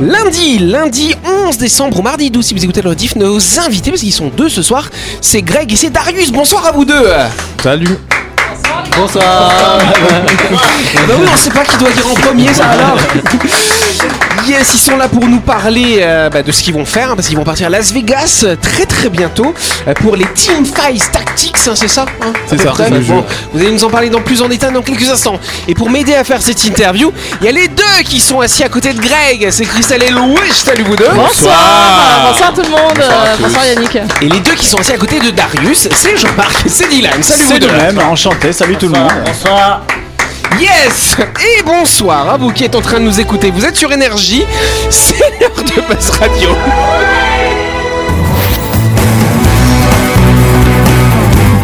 Lundi, lundi 11 décembre au mardi 12, si vous écoutez le rediff, nos invités, parce qu'ils sont deux ce soir, c'est Greg et c'est Darius. Bonsoir à vous deux. Salut Bah oui, on sait pas qui doit dire en premier ça alors. Yes, ils sont là pour nous parler euh, bah, de ce qu'ils vont faire, hein, parce qu'ils vont partir à Las Vegas euh, très très bientôt euh, pour les Team Fights Tactics, hein, c'est ça hein, à C'est peu ça, près c'est le jeu. Bon, Vous allez nous en parler dans plus en détail dans quelques instants. Et pour m'aider à faire cette interview, il y a les deux qui sont assis à côté de Greg, c'est Christelle et Louis, salut vous deux. Bonsoir Bonsoir tout le monde Euh, Bonsoir Yannick Et les deux qui sont assis à côté de Darius, c'est Jean-Marc, c'est Dylan, salut vous C'est de deux. même, enchanté, salut tout le monde Yes Et bonsoir à vous qui êtes en train de nous écouter. Vous êtes sur Énergie, c'est l'heure de Buzz Radio.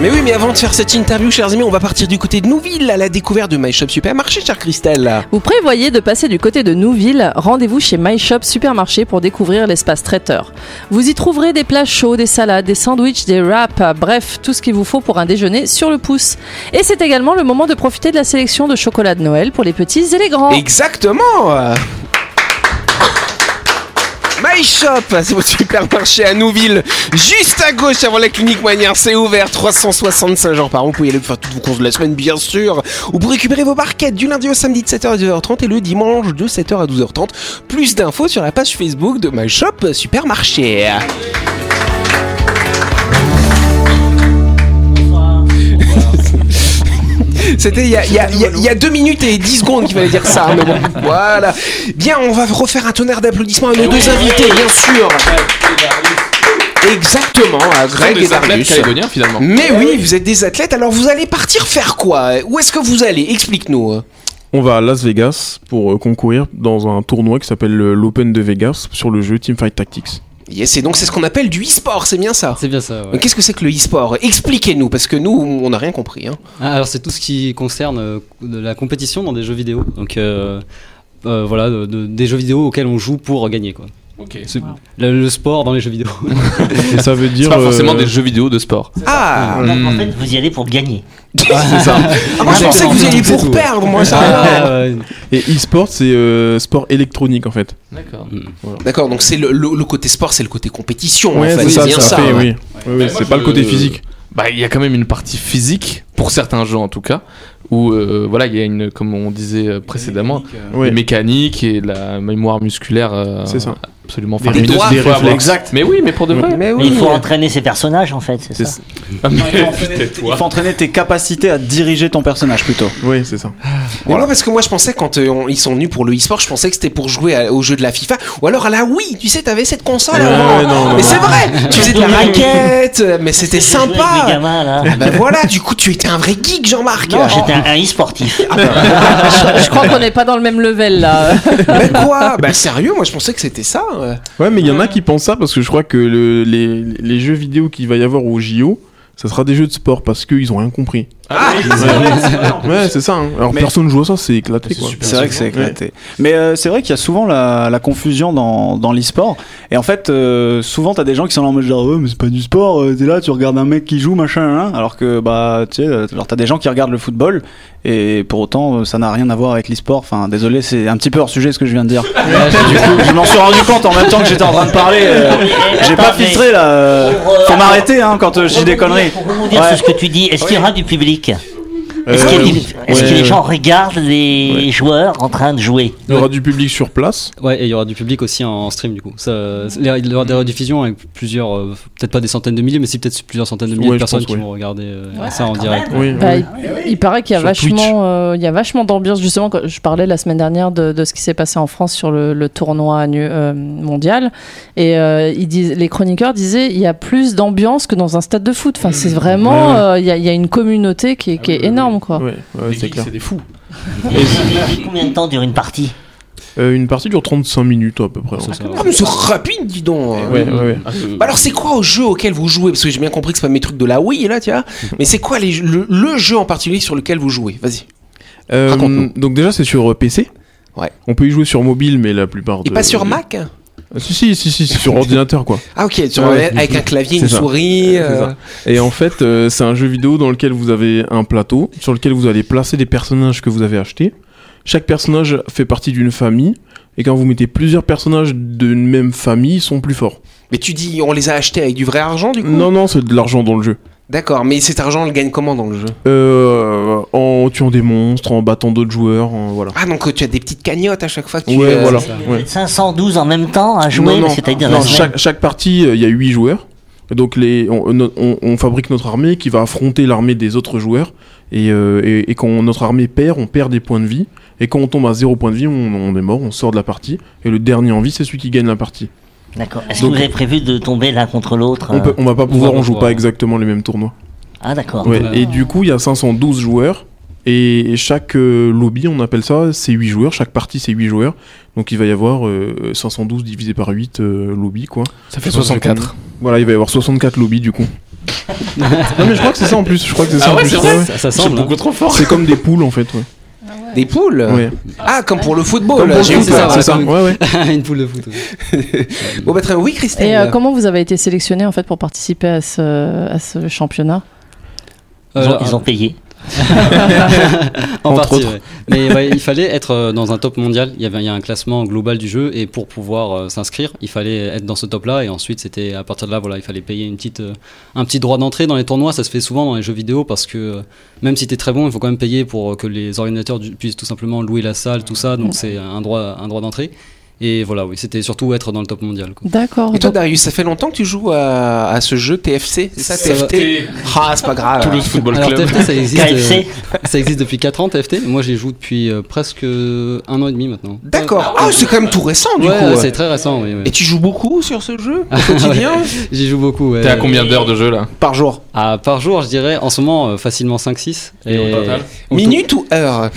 Mais oui, mais avant de faire cette interview, chers amis, on va partir du côté de Nouville à la découverte de My Shop Supermarché, chère Christelle. Vous prévoyez de passer du côté de Nouville, rendez-vous chez My Shop Supermarché pour découvrir l'espace traiteur. Vous y trouverez des plats chauds, des salades, des sandwichs, des wraps, euh, bref, tout ce qu'il vous faut pour un déjeuner sur le pouce. Et c'est également le moment de profiter de la sélection de chocolat de Noël pour les petits et les grands. Exactement My Shop, c'est votre supermarché à Nouville, juste à gauche avant la clinique manière. C'est ouvert 365 jours par an. Vous pouvez y aller faire toutes vos courses de la semaine, bien sûr. Ou pour récupérer vos barquettes du lundi au samedi de 7h à 12h30 et le dimanche de 7h à 12h30. Plus d'infos sur la page Facebook de My Shop Supermarché. C'était il y, a- il y a- il y a- il y a 2 minutes et 10 secondes qu'il fallait dire ça. mais bon, voilà. Bien, on va refaire un tonnerre d'applaudissements à nos deux invités, bien sûr. Exactement, à Greg et des athlètes Darius. calédoniens finalement. Mais Eh oui, vous êtes des athlètes, alors vous allez partir faire quoi Où est-ce que vous allez Explique-nous. On va à Las Vegas pour euh, concourir dans un tournoi qui s'appelle euh, l'Open de Vegas sur le jeu Teamfight Tactics. Yes, et donc c'est ce qu'on appelle du e-sport, c'est bien ça C'est bien ça. ouais. Qu'est-ce que c'est que le e-sport Expliquez-nous, parce que nous, on n'a rien compris. hein. Ah, alors c'est tout ce qui concerne euh, de la compétition dans des jeux vidéo. Donc euh, euh, voilà, de- de- des jeux vidéo auxquels on joue pour gagner quoi. C'est- Le, le sport dans les jeux vidéo. Et ça veut C'est dire. pas forcément euh, des jeux vidéo de sport. Ah En fait, en fait, vous y allez pour gagner. C'est ça. Ah, Moi, je pensais que vous alliez pour perdre, moi, ça. Ah, ouais. Et e-sport, c'est euh, sport électronique en fait. D'accord. D'accord, donc c'est le, le- le côté sport, c'est le côté compétition, en fait. c'est ça, bien ça fait, ouais. oui. Oui, oui, Mais moi, c'est pas je- le côté physique. Bah, il y a quand même une partie physique pour certains jeux en tout cas où euh, voilà, il y a une comme on disait euh, précédemment, Oui, une mécanique et de la mémoire musculaire euh, c'est ça. absolument Des fabuleuse. doigts, Il des faut avoir- réflexes. Exact. Mais oui, mais pour de vrai. Mais Mais oui. il faut entraîner ses personnages en fait, c'est C'est ça. Ah, Il mais- faut, entraîner, il faut entraîner tes capacités à diriger ton personnage plutôt. Oui, c'est ça. Mais moi, parce que moi, je pensais, quand euh, on- ils sont venus pour le e-sport, je pensais que c'était pour jouer à- au jeu de la FIFA. Ou alors à la Wii, tu sais, t'avais cette console Ouais, avant. ouais, non, non, mais c'est non. vrai Tu faisais de la raquette, euh, mais c'était J'ai joué avec sympa les gamins, là. Bah voilà, du coup, tu étais un vrai geek, Jean-Marc. Non, j'étais un, un e-sportif. Ah, Je, je crois qu'on n'est pas dans le même level là. Mais quoi Bah sérieux, moi je pensais que c'était ça. euh. Ouais, mais il y en a qui pensent ça parce que je crois que le- les, les jeux vidéo qu'il va y avoir au JO, ça sera des jeux de sport parce qu'ils ont rien compris. ouais, ouais, c'est ça. hein. Alors Mais- personne joue à ça, c'est éclaté quoi. C'est vrai que c'est éclaté. Mais euh, c'est vrai qu'il y a souvent la, la confusion dans, dans l'e-sport. Et en fait, euh, souvent, t'as des gens qui sont là en mode genre, Ouais, mais c'est pas du sport, euh, t'es là, tu regardes un mec qui joue, machin, hein. Alors que, bah, tu sais, euh, alors t'as des gens qui regardent le football, et pour autant, euh, ça n'a rien à voir avec l'e-sport. Enfin, désolé, c'est un petit peu hors sujet ce que je viens de dire. du coup, je m'en suis rendu compte en même temps que j'étais en train de parler. euh, J'ai pas Attends, Ah, mais filtré là. euh, Pour, euh, Faut m'arrêter hein, quand euh, je dis des Pour conneries. rebondir- Pour rebondir Ouais. sur ce que tu dis, est-ce qu'il y aura du public Est-ce Euh, qu'il y a du- oui. est-ce que Ouais, les ouais. gens regardent les Ouais. joueurs en train de jouer Il y aura du public sur place. Ouais, et il y aura du public aussi en, en stream du coup. Ça, euh, il y aura il y aura des rediffusions avec plusieurs, euh, peut-être pas des centaines de milliers, mais si peut-être plusieurs centaines de milliers Ouais, de je pense, personnes qui ouais. vont regarder euh, ça en quand direct. même. Oui, Bah, oui. il, Ah il paraît qu'il y a Sur Twitch. vachement, euh, il y a vachement d'ambiance justement. Quand je parlais la semaine dernière de, de ce qui s'est passé en France sur le, le tournoi annu- euh, mondial, et euh, ils disent, les chroniqueurs disaient, il y a plus d'ambiance que dans un stade de foot. Enfin, c'est vraiment, Ouais, ouais. euh, il y, a- il y a une communauté qui est, Ah qui est énorme, quoi. Ouais, ouais, Les c'est geeks, clair. C'est des fous. Et- et- et Combien de temps dure une partie Euh, une partie dure 35 minutes à peu près. hein. Ah, mais c'est rapide, dis donc. hein. Ouais, ouais, ouais. Ah, euh, Bah alors c'est quoi au jeu auquel vous jouez Parce que j'ai bien compris que c'est pas mes trucs de la Wii là, tu vois. Mais c'est quoi les, jeux- le, le jeu en particulier sur lequel vous jouez Vas-y. Euh, Ah, Raconte-nous. donc déjà c'est sur euh, PC. Ouais. On peut y jouer sur mobile, mais la plupart. Et de- pas sur Mac Ah, Si si si si, c'est sur ordinateur quoi. Ah ok, sur- Ouais, ouais. avec un clavier, C'est une ça. souris. euh, C'est ça. Et en fait, euh, c'est un jeu vidéo dans lequel vous avez un plateau, sur lequel vous allez placer les personnages que vous avez achetés. Chaque personnage fait partie d'une famille, et quand vous mettez plusieurs personnages d'une même famille, ils sont plus forts. Mais tu dis, on les a achetés avec du vrai argent du coup Non, non, c'est de l'argent dans le jeu. D'accord, mais cet argent on le gagne comment dans le jeu Euh, en tuant des monstres, en battant d'autres joueurs, en- voilà. Ah donc euh, tu as des petites cagnottes à chaque fois que tu. Ouais, euh, voilà. ça. ouais. 512 en même temps à jouer, Non, non. parce que t'as dit dans Non, la semaine. chaque, chaque partie, euh, il y a 8 joueurs. Donc les, on, euh, no- on- on fabrique notre armée qui va affronter l'armée des autres joueurs. Et, euh, et- et quand notre armée perd, on perd des points de vie. Et quand on tombe à 0 points de vie, on, on est mort, on sort de la partie. Et le dernier en vie, c'est celui qui gagne la partie. D'accord. Est-ce que Donc- vous avez prévu de tomber l'un contre l'autre On, euh, peut, on va pas pouvoir, on joue pouvoir. pas exactement les mêmes tournois. Ah, d'accord. Ouais, Voilà. Et du coup, il y a 512 joueurs. Et et chaque euh, lobby, on appelle ça, c'est 8 joueurs. Chaque partie, c'est 8 joueurs. Donc il va y avoir euh, 512 divisé par 8 euh, lobbies, quoi. ça fait 64. Voilà, il va y avoir 64 lobbies du coup. non mais je crois que c'est ça en plus, je crois que c'est ça en plus. Ah Ouais, ouais. Ça, ça C'est semble. hein. beaucoup trop fort. C'est comme des poules en fait, ouais. Oh Des poules Ouais. Ah, comme pour le football. Comme pour j'ai le eu foot, peur. c'est ça. Ouais, ouais. hein. Une poule de foot. ouais. Bon, bah, très bien. Oui, Christelle. Et euh, comment vous avez été sélectionné en fait pour participer à ce, à ce championnat Ils ont, Euh, ils ont payé. en Entre partie, autres. ouais. Mais ouais, il fallait être euh, dans un top mondial. Il y avait il y a un classement global du jeu et pour pouvoir euh, s'inscrire, il fallait être dans ce top-là. Et ensuite, c'était à partir de là, voilà, il fallait payer une petite, euh, un petit droit d'entrée dans les tournois. Ça se fait souvent dans les jeux vidéo parce que euh, même si t'es très bon, il faut quand même payer pour euh, que les organisateurs du- puissent tout simplement louer la salle, tout ça. Donc c'est un droit, un droit d'entrée. Et voilà, oui, c'était surtout être dans le top mondial. quoi. D'accord. Et toi, donc- Darius, ça fait longtemps que tu joues à, à ce jeu TFC C'est ça, Ça va. TFT Ah, c'est pas grave. Toulouse Football Alors Club. TFT, ça existe, euh, KFC ça existe depuis 4 ans, TFT. Moi, j'y joue depuis euh, presque un an et demi maintenant. D'accord. Ah, c'est quand même tout récent du Ouais, coup. c'est très récent, oui. oui. Et tu joues beaucoup sur ce jeu au quotidien J'y joue beaucoup. ouais. T'es à combien d'heures de jeu là Par jour. Ah, Par jour, je dirais, en ce moment, euh, facilement 5-6. Et, au total au Minute ou heure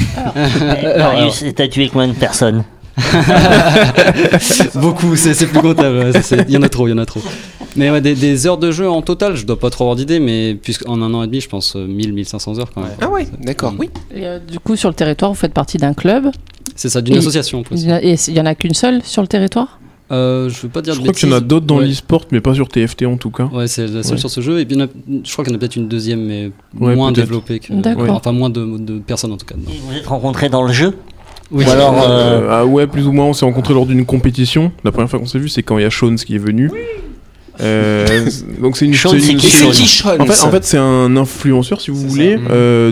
Marius, t'as tué combien de personnes to- Beaucoup, c'est c'est plus comptable. ouais, ça, c'est- Il y en a trop, il y en a trop. Mais ouais, des, des heures de jeu en total, je dois pas trop avoir d'idée, mais puisqu'en un an et demi, je pense euh, 1000-1500 heures quand même. Ah, ouais, d'accord. Oui. Et, euh, du coup, sur le territoire, vous faites partie d'un club. C'est ça, d'une Et- association en plus. Et il y en a qu'une seule sur le territoire Euh, je veux pas dire Je de crois qu'il y en a bêtises. d'autres dans Ouais. l'e-sport, mais pas sur TFT en tout cas. Ouais, c'est la seule Ouais. sur ce jeu. Et puis, il y en a- je crois qu'il y en a peut-être une deuxième, mais Ouais, moins peut-être. développée que. D'accord. Ouais, Enfin, moins de, de personnes en tout cas. dedans. Vous vous êtes rencontrés dans le jeu Oui. Ou alors, euh, Euh, ah ouais, plus ou moins, on s'est rencontrés lors d'une compétition. La première fois qu'on s'est vu, c'est quand il y a Shones qui est venu. Euh, donc c'est une, Shones, c'est c'est une- qui, Et c'est Sean. qui Sean En fait, en fait, c'est un influenceur, si vous voulez, euh,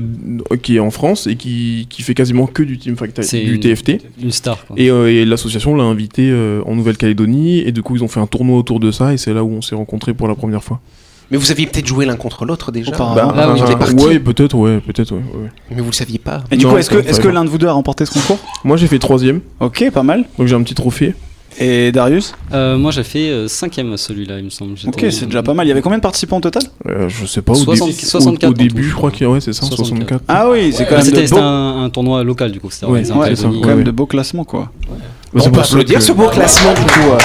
qui est en France et qui, qui fait quasiment que du Team Facta- C'est du une- TFT. Une star. Quoi. Et, euh, et l'association l'a invité euh, en Nouvelle-Calédonie et du coup ils ont fait un tournoi autour de ça et c'est là où on s'est rencontrés pour la première fois. Mais vous aviez peut-être joué l'un contre l'autre déjà. Auparavant. Bah, Ah oui, euh, t'es parti. ouais peut-être ouais peut-être ouais, ouais. Mais vous le saviez pas. Et du Non, coup, est-ce que, ça me est-ce que paraît l'un de vous deux a remporté ce concours Moi j'ai fait troisième Ok, pas mal. donc j'ai un petit trophée. Et Darius Euh, moi, j'ai fait euh, cinquième celui-là, il me semble. Ok, J'étais- c'est déjà pas mal. Il y avait combien de participants au total Euh, je sais pas au, 60 dé- au- 64 au en début tout. je crois qu'il y a- ouais c'est ça 64. 64. Ah oui, c'est quand Bah, même C'était de c'était beaux... un, un tournoi local du coup. C'était Ouais, organisé en ouais, c'est ça. Calédonie. quand même ouais. de beaux classements quoi. Bah, c'est On peut pour ça applaudir que- ce beau classement du coup. euh.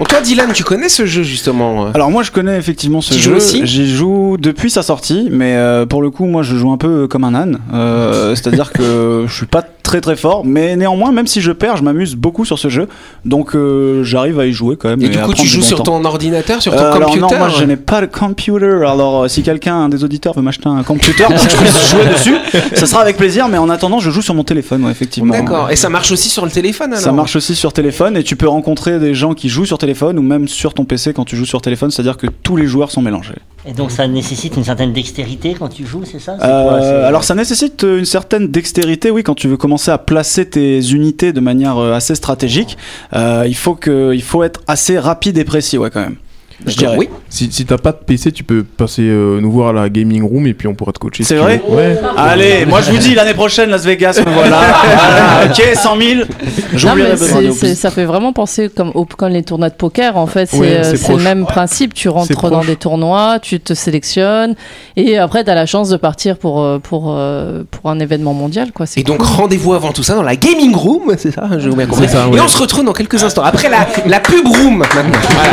Bon, toi, Dylan, tu connais ce jeu justement euh Alors moi je connais effectivement ce Tu joues jeu. aussi J'y joue depuis sa sortie, mais euh, pour le coup moi je joue un peu comme un âne. Euh, C'est-à-dire que je suis pas très très fort, mais néanmoins même si je perds, je m'amuse beaucoup sur ce jeu. Donc euh, j'arrive à y jouer quand même. Et du coup, à tu prendre joues bon sur temps. ton ordinateur, sur ton Euh, alors computer non, moi je n'ai pas de computer. Alors euh, si quelqu'un, un des auditeurs, veut m'acheter un computer pour que je puisse jouer dessus, ça sera avec plaisir. Mais en attendant, je joue sur mon téléphone, ouais, effectivement. D'accord. Et ça marche aussi sur le téléphone alors Ça marche aussi sur téléphone et tu peux rencontrer des gens qui jouent sur téléphone ou même sur ton PC quand tu joues sur téléphone, c'est-à-dire que tous les joueurs sont mélangés. Et donc ça nécessite une certaine dextérité quand tu joues, c'est ça C'est Euh, quoi, c'est- alors ça nécessite euh, une certaine dextérité, oui, quand tu veux commencer à placer tes unités de manière euh, assez stratégique, Euh, il faut que, il faut être assez rapide et précis, ouais, quand même. Je dirais. Oui. Si, si t'as pas de PC, tu peux passer euh, nous voir à la gaming room et puis on pourra te coacher. si C'est tu vrai veux. Ouais. Allez, moi je vous dis l'année prochaine Las Vegas, me voilà. Voilà, ok, 100 000. Non, mais J'oublierai pas de c'est- Radio c'est- Plus. ça fait vraiment penser comme au, quand les tournois de poker en fait c'est Ouais, euh, c'est c'est le proche. même principe tu C'est rentres proche. dans des tournois tu te sélectionnes et après tu as la chance de partir pour euh, pour euh, pour un événement mondial quoi c'est Et donc rendez-vous avant tout ça dans la gaming room, c'est ça Je vous bien compris. C'est ça, ouais. Et on se retrouve dans quelques instants après la, la pub room maintenant. Voilà.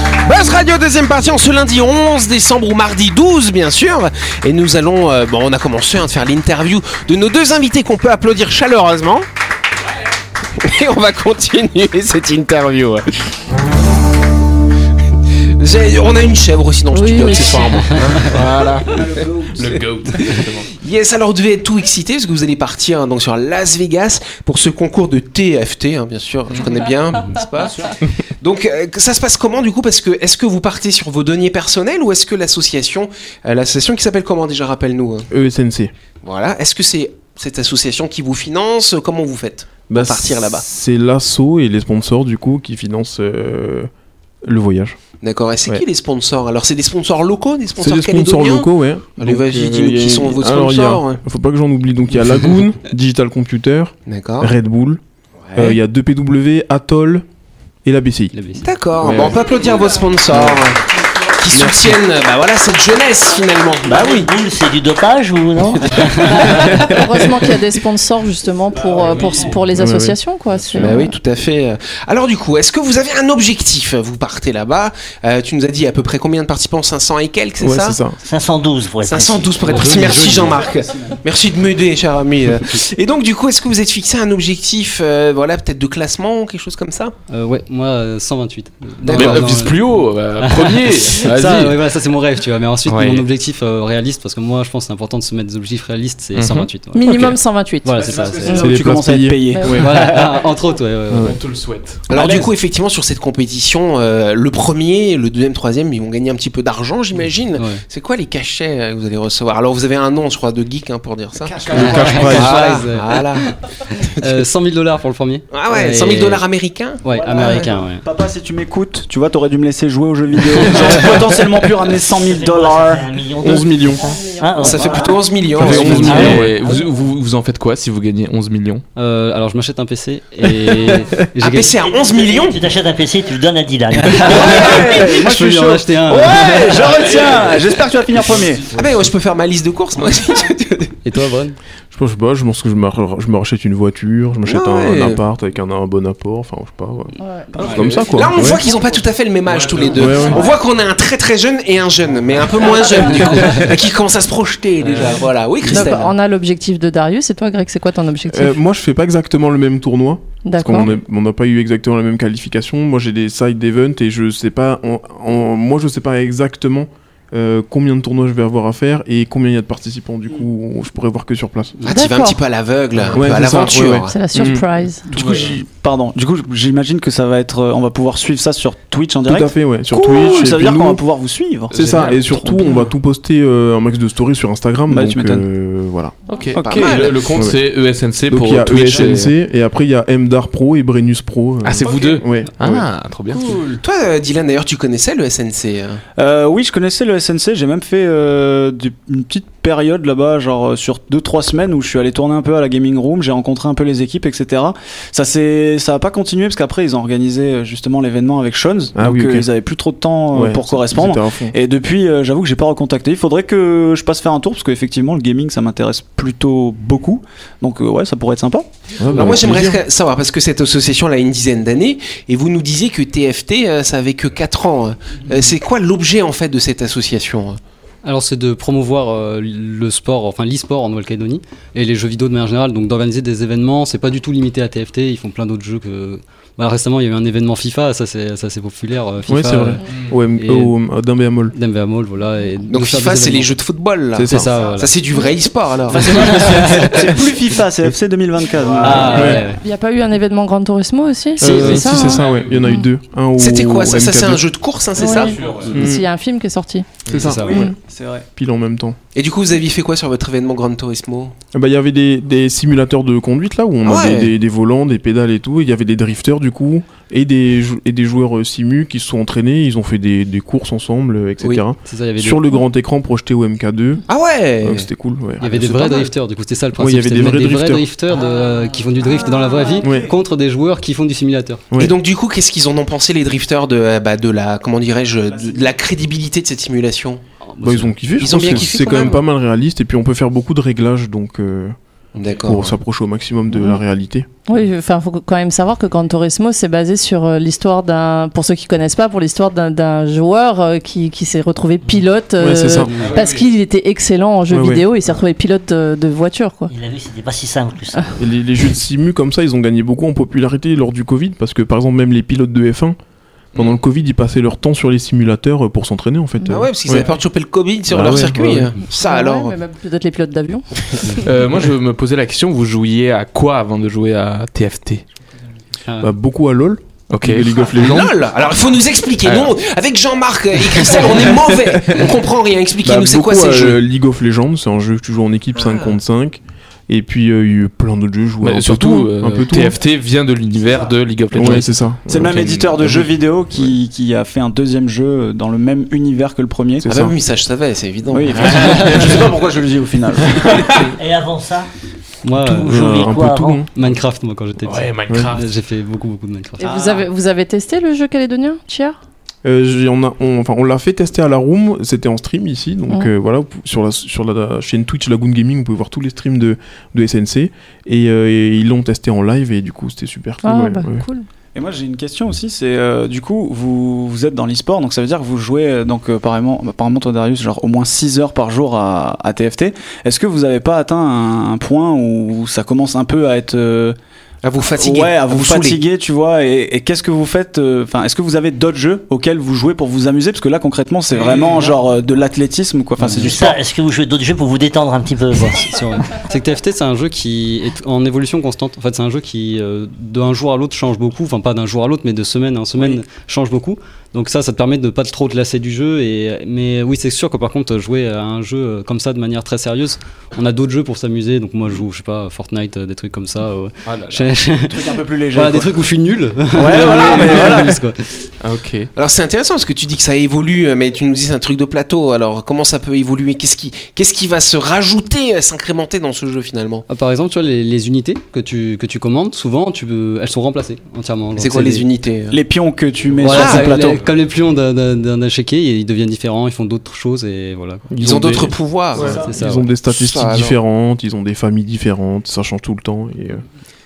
Buzz Radio deuxième partie en ce lundi 11 décembre ou mardi 12 bien sûr et nous allons euh, bon on a commencé hein, de faire l'interview de nos deux invités qu'on peut applaudir chaleureusement et on va continuer cette interview. J'ai- On a une chèvre aussi dans le Oui, studio oui. accessoirement. Le GOAT. Yes, alors vous devez être tout excité parce que vous allez partir hein, donc sur Las Vegas pour ce concours de TFT, hein, bien sûr, je connais bien, n'est-ce pas Donc euh, que- ça se passe comment du coup Parce que est-ce que vous partez sur vos deniers personnels ou est-ce que l'association, euh, l'association qui s'appelle comment déjà, rappelle-nous hein E ESNC. Voilà, est-ce que c'est cette association qui vous finance Comment vous faites Bah, partir là-bas. C'est l'assaut et les sponsors du coup qui financent euh, le voyage. D'accord, et c'est Ouais. qui les sponsors Alors c'est des sponsors locaux, des C'est sponsors des sponsors calédoniens locaux, ouais. Allez, Donc, vas-y, euh, dis-nous y a- qui sont vos alors, il y a- sponsors. ouais. Faut pas que j'en oublie. Donc il y a Lagoon, Digital Computer, D'accord. Red Bull, Ah. Ouais. euh, il y a 2PW, Atoll et la BCI. Il avait- D'accord, Ouais, Bon, on ouais. peut applaudir vos sponsors qui soutiennent euh, bah voilà, cette jeunesse finalement. Bah oui, boule, c'est du dopage ou non heureusement qu'il y a des sponsors justement pour Ah euh, pour pour les Ouais, ouais. associations quoi c'est Bah oui, tout à fait. Alors du coup, est-ce que vous avez un objectif Vous partez là-bas. Euh, tu nous as dit à peu près combien de participants 500 et quelques, c'est ouais, ça c'est ça. 512 pour être 512 pour être précis. Merci Jean-Marc. Merci de m'aider, cher ami. Et donc du coup, est-ce que vous êtes fixé un objectif, euh, voilà, peut-être de classement, quelque chose comme ça Euh, ouais, moi euh, 128. Mais D'accord. Non, non, vise euh, plus haut, euh, premier. Ça, ouais, Vas-y. voilà, ça c'est mon rêve, tu vois. Mais ensuite, Ouais. mon objectif euh, réaliste, parce que moi, je pense que c'est important de se mettre des objectifs réalistes, c'est Mhm. 128. ouais. minimum 128 Voilà, c'est ça. c'est- C'est les tu places commences à être payées. payé. Ouais. Voilà, ah, entre autres, ouais, ouais, ouais. On te le souhaite. Alors du coup, effectivement, sur cette compétition, euh, le premier, le deuxième, troisième, ils vont gagner un petit peu d'argent, j'imagine. Ouais. C'est quoi les cachets euh, que vous allez recevoir Alors vous avez un nom, je crois, de geek hein, pour dire ça. Le cash prize. Voilà, prize, ouais. voilà. Euh, 100 000 dollars pour le premier. Ah ouais, Et- 100 000 dollars américains Ouais, américain, ouais. Papa, si tu m'écoutes, tu vois, t'aurais dû me laisser jouer aux jeux vidéo. J'aurais potentiellement pu ramener 100 000 dollars. 11 millions. Ah, Ça fait plutôt 11 millions. Ça fait Ouais. 11 millions. Ah ouais. ouais. Vous, vous, vous en faites quoi si vous gagnez 11 millions Euh, alors, je m'achète un PC et. et j'ai Un gagné- PC Ah, à 11 millions Tu t'achètes un PC, tu le donnes à Dylan. Moi, Je peux lui en acheter un. Ouais, je retiens. J'espère que tu vas finir premier. Ah ben ouais, je peux faire ma liste de courses moi aussi. Et toi, Bron Je pense pas, je pense que je me, ra- je me rachète une voiture, je m'achète un- Ah Ouais. un, appart avec un, un bon apport, enfin je sais pas. ouais. mal. Comme ça quoi. Là, on Ouais. voit qu'ils ont pas tout à fait le même âge tous les deux. Ouais, ouais. On voit qu'on a un très très jeune et un jeune, mais un peu moins jeune du coup, qui commence à se projeter déjà. Voilà. Oui, Christelle. on a l'objectif de Darius et toi Greg c'est quoi ton objectif Euh, moi je fais pas exactement le même tournoi, parce d'accord qu'on est- on n'a pas eu exactement la même qualification. Moi j'ai des side events et je sais pas, en- en- moi je sais pas exactement euh, combien de tournois je vais avoir à faire et combien il y a de participants du coup, on- je pourrais voir que sur place. Ah, tu vas un D'accord. petit peu à l'aveugle, un Ouais, peu à c'est ça, ouais, l'aventure. ouais. c'est la Mm. surprise Du coup, j'y- pardon. Du coup, j'imagine que ça va être. euh, On va pouvoir suivre ça sur Twitch en direct. Tout à fait, ouais, sur Cool, Twitch. et Ça veut puis dire nous, qu'on va pouvoir vous suivre. C'est ça, et surtout on va tout poster euh, un max de stories sur Instagram, Bah, tu donc m'étonnes. euh, voilà. Ok. Pas mal. Le, le compte Ouais. c'est E ESNC Donc pour il y a E Twitch. et- ESNC et... après il y a MDAR Pro et Brenus Pro. euh, Ah, c'est vous deux Ouais. ouais. Ah, trop bien. Toi, euh, Dylan, d'ailleurs, tu connaissais le SNC euh Euh, oui, je connaissais le SNC, j'ai même fait euh, du- une petite période là-bas, genre euh, sur 2-3 semaines où je suis allé tourner un peu à la gaming room, j'ai rencontré un peu les équipes, etc. Ça s'est, ça a pas continué parce qu'après ils ont organisé euh, justement l'événement avec Shones, Ah donc oui, ok. euh, ils avaient plus trop de temps euh, Ouais, pour c'est- correspondre. c'était à fond. Et depuis, euh, j'avoue que j'ai pas recontacté. Il faudrait que je passe faire un tour parce qu'effectivement, le gaming ça m'intéresse plutôt beaucoup. Donc, euh, ouais, ça pourrait être sympa. Ouais, bah, Alors moi avec j'aimerais plaisir. savoir, parce que cette association elle a une dizaine d'années, et vous nous hein. disiez que TFT euh, ça avait que 4 ans. Euh, C'est quoi l'objet en fait de cette association Alors c'est de promouvoir euh, le sport, enfin l'e-sport en Nouvelle-Calédonie et les jeux vidéo de manière générale, donc d'organiser des événements, c'est pas du tout limité à TFT, ils font plein d'autres jeux que... Bah, récemment il y a eu un événement FIFA, ça c'est ça, c'est populaire. euh, FIFA, Ouais, c'est vrai. Ouais, et- au- au- Dembélé à Moll. Dembélé à Moll, voilà. et Donc de faire FIFA, des c'est événements. les jeux de football, là. C'est ça. C'est ça, voilà. ça, c'est du vrai e-sport, alors. Enfin, c'est pas FIFA, c'est plus FIFA, c'est FC 2024. Ah, ouais. ouais. Il n'y a pas eu un événement Gran Turismo aussi hein Si, Euh, si, c'est ça, ouais. Il y en a eu deux. Un au- hein. C'était quoi au ça Ça, c'est MK2. un jeu de course, hein, c'est Oui. ça Mm. S'il y a un film qui est sorti. C'est ça, ça, ouais. ouais. C'est vrai. Pile en même temps. Et du coup, vous aviez fait quoi sur votre événement Gran Turismo Ah bah, Il y avait des, des simulateurs de conduite là où on Ah avait ouais. des, des volants, des pédales et tout. et Il y avait des drifters du coup et des, jou- et des joueurs euh, simu qui se sont entraînés. Ils ont fait des, des courses ensemble, euh, etc. Oui, c'est ça, il y avait Sur des- le grand écran projeté au MK2. Ah ouais Euh, C'était cool. ouais. Il y avait des C'est vrais pas mal. drifters, du coup, c'était ça le Ouais, principe. il y avait c'était des de vrais mettre drifters. drifters de- euh, qui font du drift dans la vraie vie contre des joueurs qui font du simulateur. Et donc, du coup, qu'est-ce qu'ils en ont pensé, les drifters, de, euh, bah, de la, comment dirais-je, de, de la crédibilité de cette simulation Bah, ils ont kiffé. je Ils ont pense bien que kiffé. C'est quand même pas mal réaliste et puis on peut faire beaucoup de réglages donc euh, D'accord, pour ouais. s'approcher au maximum de la réalité. Oui, enfin, faut quand même savoir que Gran Turismo, c'est basé sur euh, l'histoire d'un, pour ceux qui connaissent pas, pour l'histoire d'un- d'un joueur euh, qui, qui s'est retrouvé pilote euh, Ouais, c'est ça. parce qu'il était excellent en jeu Ouais, ouais. vidéo, il s'est retrouvé pilote de, de voiture, quoi. Il a vu, c'était pas si simple que ça. Et les, les jeux de simu comme ça, ils ont gagné beaucoup en popularité lors du Covid parce que par exemple même les pilotes de F1 pendant le Covid, ils passaient leur temps sur les simulateurs euh, pour s'entraîner en fait. Ah ouais, parce qu'ils avaient peur de choper le Covid sur Bah leur ouais, circuit. hein. ouais, ouais. Ça Ouais, alors mais même Peut-être les pilotes d'avion. Euh, moi, je me posais la question vous jouiez à quoi avant de jouer à TFT Bah, beaucoup à LoL. Ok. League- League of Legends. LOL Alors, il faut nous expliquer. Alors. Non, avec Jean-Marc et Christelle, on est mauvais. On comprend rien. Expliquez-nous, Bah, c'est quoi beaucoup à, ces jeux euh, League of Legends, c'est un jeu que tu joues en équipe Ah. 5 contre 5. Et puis euh, il y a eu plein d'autres jeux joués. Bah, un peu surtout, tout, hein, euh, un peu tout, hein. TFT vient de l'univers de League of Legends. Ouais, c'est ça. C'est le même Donc, éditeur de euh, jeux vidéo qui, qui a fait un deuxième jeu dans le même univers que le premier. Ah bah oui, ça je savais, c'est évident. Oui, effectivement. je sais pas pourquoi je le dis au final. Et avant ça, Moi, Tout, euh, jouer quoi avant Minecraft, moi, quand j'étais petit. Ouais, Minecraft. Ouais, J'ai fait beaucoup, beaucoup de Minecraft. Et Ah. vous avez, vous avez testé le jeu calédonien, Chia Euh, j'ai- on a- on- enfin, on l'a fait tester à la room, c'était en stream ici, donc Mhm. euh, voilà, pou- sur la, sur la, la chaîne Twitch Lagoon Gaming, vous pouvez voir tous les streams de, de SNC, et, euh, et ils l'ont testé en live, et du coup c'était super Ah, cool. ouais, bah, ouais. Et moi j'ai une question aussi, c'est euh, du coup vous, vous êtes dans l'e-sport, donc ça veut dire que vous jouez euh, donc euh, apparemment, apparemment toi Darius genre au moins 6 heures par jour à, à TFT. Est-ce que vous avez pas atteint un, un point où ça commence un peu à être euh, à vous fatiguer, Ouais, à, à vous, vous saouler. fatiguer, tu vois. Et, et qu'est-ce que vous faites euh, Enfin, est-ce que vous avez d'autres jeux auxquels vous jouez pour vous amuser Parce que là, concrètement, c'est vraiment genre euh, de l'athlétisme, quoi. Enfin, c'est du ça, sport. est-ce que vous jouez d'autres jeux pour vous détendre un petit peu quoi Sur- C'est que TFT, c'est un jeu qui est en évolution constante. En fait, c'est un jeu qui, euh, d'un jour à l'autre, change beaucoup. Enfin, pas d'un jour à l'autre, mais de semaine en semaine, change beaucoup. Donc ça, ça te permet de pas trop te lasser du jeu. Et... Mais oui, c'est sûr que par contre, jouer à un jeu euh, comme ça de manière très sérieuse, on a d'autres jeux pour s'amuser. Donc moi, je joue, je sais pas, Fortnite, euh, des trucs comme ça. euh, j'ai- j'ai- trucs un peu plus légers, Voilà, quoi. des trucs où je suis nul. Ouais, voilà, mais voilà. Ah, ok. Alors c'est intéressant parce que tu dis que ça évolue, mais tu nous dis c'est un truc de plateau. Alors comment ça peut évoluer Qu'est-ce qui, qu'est-ce qui va se rajouter, euh, s'incrémenter dans ce jeu finalement Ah, Par exemple, tu vois, les, les unités que tu, que tu commandes, souvent, tu peux, elles sont remplacées entièrement. C'est Donc, quoi les des- unités hein Les pions que tu mets Voilà, sur ce c'est plateau. les- comme les pions d'un- d'un d'un échiquier, ils deviennent différents, ils font d'autres choses et voilà. quoi. Ils ont d'autres pouvoirs. Ouais, c'est ça, ils ouais. ont des statistiques Ça, alors. différentes, ils ont des familles différentes, ça change tout le temps. Et, euh,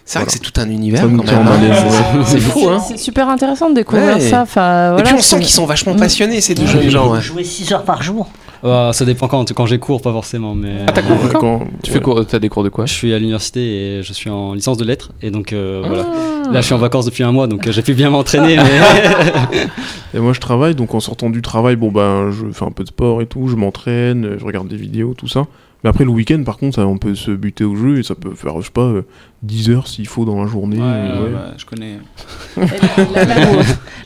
C'est vrai voilà. que c'est tout un univers. Ça nous quand tient en même, hein. malaise, ouais. C'est fou, hein C'est super intéressant de découvrir Ouais. ça. Enfin, Et voilà, puis on c'est- sent qu'ils sont vachement passionnés ces deux jeunes gens. Vous ouais. jouez 6 heures par jour Ah, ça dépend quand, quand j'ai cours, pas forcément. Mais euh, quand- Tu fais cours, t'as des cours de quoi Je suis à l'université et je suis en licence de lettres et donc euh, voilà. Là, je suis en vacances depuis un mois, donc euh, j'ai pu bien m'entraîner. mais- Et moi je travaille, donc en sortant du travail, bon ben je fais un peu de sport et tout, je m'entraîne, euh, je regarde des vidéos, tout ça. Mais après le week-end par contre, ça, on peut se buter au jeu et ça peut faire, je sais pas, euh, 10 heures s'il faut dans la journée. euh, ouais. bah, je connais. Là, là, vous,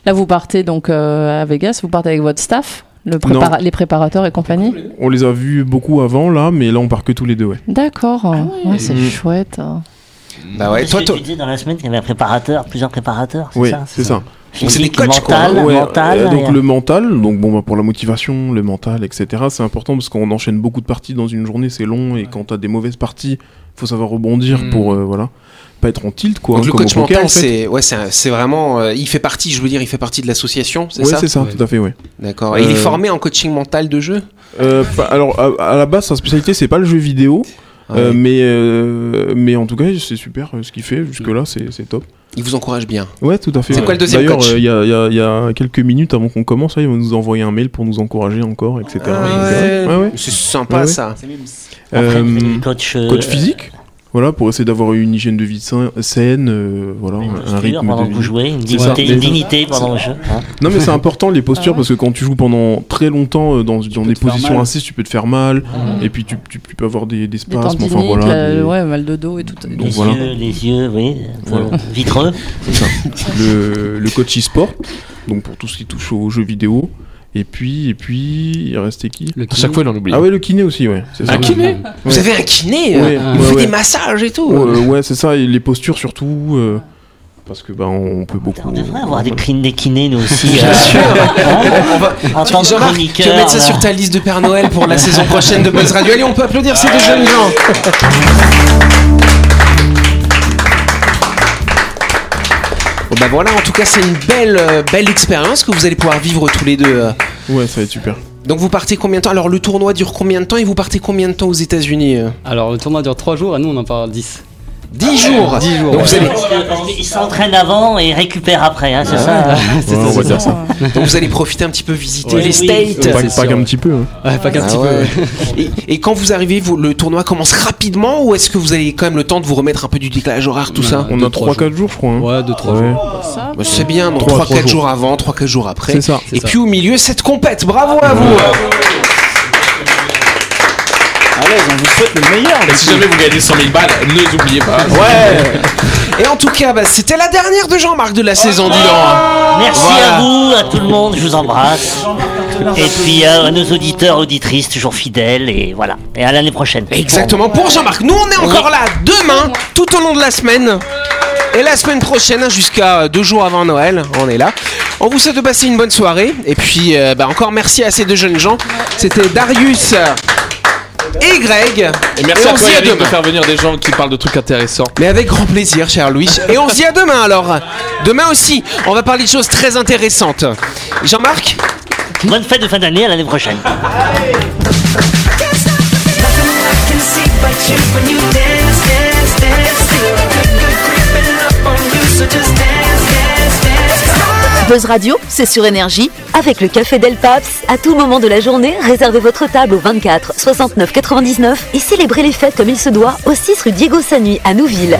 là, vous partez donc euh, à Vegas, vous partez avec votre staff, le prépara- les préparateurs et compagnie. Ah On les a vus beaucoup avant là, mais là on part que tous les deux, ouais. D'accord, Ah Ouais, c'est Mm. chouette. hein. Bah ouais, Parce toi, que toi- Tu disais dans la semaine qu'il y avait un préparateur, plusieurs préparateurs, c'est Oui, ça c'est ça. Donc, c'est des Physique, coachs, quoi. mental, Ouais, mental. euh, donc et- le mental, donc bon bah pour la motivation, le mental, etc. C'est important parce qu'on enchaîne beaucoup de parties dans une journée, c'est long et quand t'as des mauvaises parties, faut savoir rebondir Mm. pour euh, voilà, pas être en tilt quoi. Donc le comme au coach poker, mental, en fait. c'est ouais, c'est un- c'est vraiment, euh, il fait partie, je veux dire, il fait partie de l'association, c'est Ouais, ça c'est ça, tout à fait, ouais. D'accord. Et il est Euh, formé en coaching mental de jeu Euh, pas- alors à, à la base sa spécialité c'est pas le jeu vidéo Ouais. euh, mais euh, euh, mais en tout cas, c'est super euh, ce qu'il fait. Jusque-là, c'est c'est top. Il vous encourage bien. Ouais, tout à fait. C'est ouais. quoi le deuxième D'ailleurs, coach euh, il y a- il y, a- il y a quelques minutes avant qu'on commence, là, ils vont nous envoyer un mail pour nous encourager encore, etc. ouais. euh, Ouais, ouais. C'est sympa Ouais, ouais. ça. Euh, coach, coach, euh, physique voilà, pour essayer d'avoir une hygiène de vie sain- saine, euh, voilà, un posture rythme pendant de que vie. vous jouez, une C'est dignité- ça. une Mais- dignité pendant le jeu, hein. Non mais c'est important les postures parce que quand tu joues pendant très longtemps euh, dans, dans des te faire positions mal. assises, tu peux te faire mal et puis tu, tu- tu peux avoir des, des Des spasmes, tendinites, enfin voilà. la- des- ouais, mal de dos et tout. Donc les voilà. yeux, les yeux, vous voyez, Voilà. euh, vitreux. C'est ça. Le, le coach e-sport, donc pour tout ce qui touche aux jeux vidéo. Et puis, et puis, il restait qui Le À chaque fois, il en oublie. Ah ouais, le kiné aussi, ouais. c'est ça. Un kiné Vous avez un kiné, euh, Ouais, il ouais, vous fait ouais. des massages et tout. Ouais, euh, ouais, c'est ça, et les postures surtout. euh, parce que bah, on peut beaucoup. On devrait avoir des, crin- des kinés, nous aussi. Bien euh, sûr. hein, On va- en tant Jean-Marc, que tu vas chroniqueur. mettre ça là. sur ta liste de Père Noël pour la saison prochaine de Buzz Radio. Allez, on peut applaudir ces deux jeunes gens. Bon, bah voilà, en tout cas, c'est une belle, euh, belle expérience que vous allez pouvoir vivre tous les deux. euh. Ouais, ça va être super. Donc vous partez combien de temps Alors le tournoi dure combien de temps et vous partez combien de temps aux États-Unis euh Alors, le tournoi dure 3 jours, et nous, on en parle 10. 10 jours. 10 jours, Donc, vous allez, Parce que- parce qu'ils s'entraînent avant et récupèrent après, hein, c'est ça Ouais, on va dire ça. donc vous allez profiter un petit peu, visiter Ouais. les Oui. States. Pas, c'est pas sûr. qu'un petit peu. hein. Ouais, pas qu'un Ah petit ouais. peu. ouais. Et, et quand vous arrivez, vous- le tournoi commence rapidement ou est-ce que vous avez quand même le temps de vous remettre un peu du décalage horaire, tout Non, ça On Deux, a trois 3-4 jours, je crois. hein. Ouais, 2-3 Ouais. jours. Ça, Bah, C'est bien, donc Trois, 3-4 trois jours. jours. avant, 3-4 jours après. C'est ça. Et C'est ça. puis au milieu, cette compète. Bravo à vous Allez, on vous souhaite le meilleur. Et si jamais vous gagnez 100 000 balles, ne oubliez pas. Ouais. Et en tout cas, bah, c'était la dernière de Jean-Marc de la saison, dis donc Merci Voilà. à vous, à tout le monde, je vous embrasse. Et puis euh, à nos auditeurs, auditrices, toujours fidèles, et voilà. Et à l'année prochaine. Exactement, pour Jean-Marc. Nous, on est encore là demain, tout au long de la semaine. Et la semaine prochaine, hein, jusqu'à euh, deux jours avant Noël, on est là. On vous souhaite de passer une bonne soirée. Et puis, euh, bah, encore merci à ces deux jeunes gens. C'était Darius et Greg. Et merci on à se toi, dit à Eric, de demain. faire venir des gens qui parlent de trucs intéressants. Mais avec grand plaisir, cher Louis. Et on se dit à demain alors. Demain aussi, on va parler de choses très intéressantes. Jean-Marc Bonne fête de fin d'année, à l'année prochaine. Buzz Radio, c'est sur énergie. Avec le café Del Paps, à tout moment de la journée, réservez votre table au 24 69 99 et célébrez les fêtes comme il se doit au 6 rue Diego Sanui à Nouville.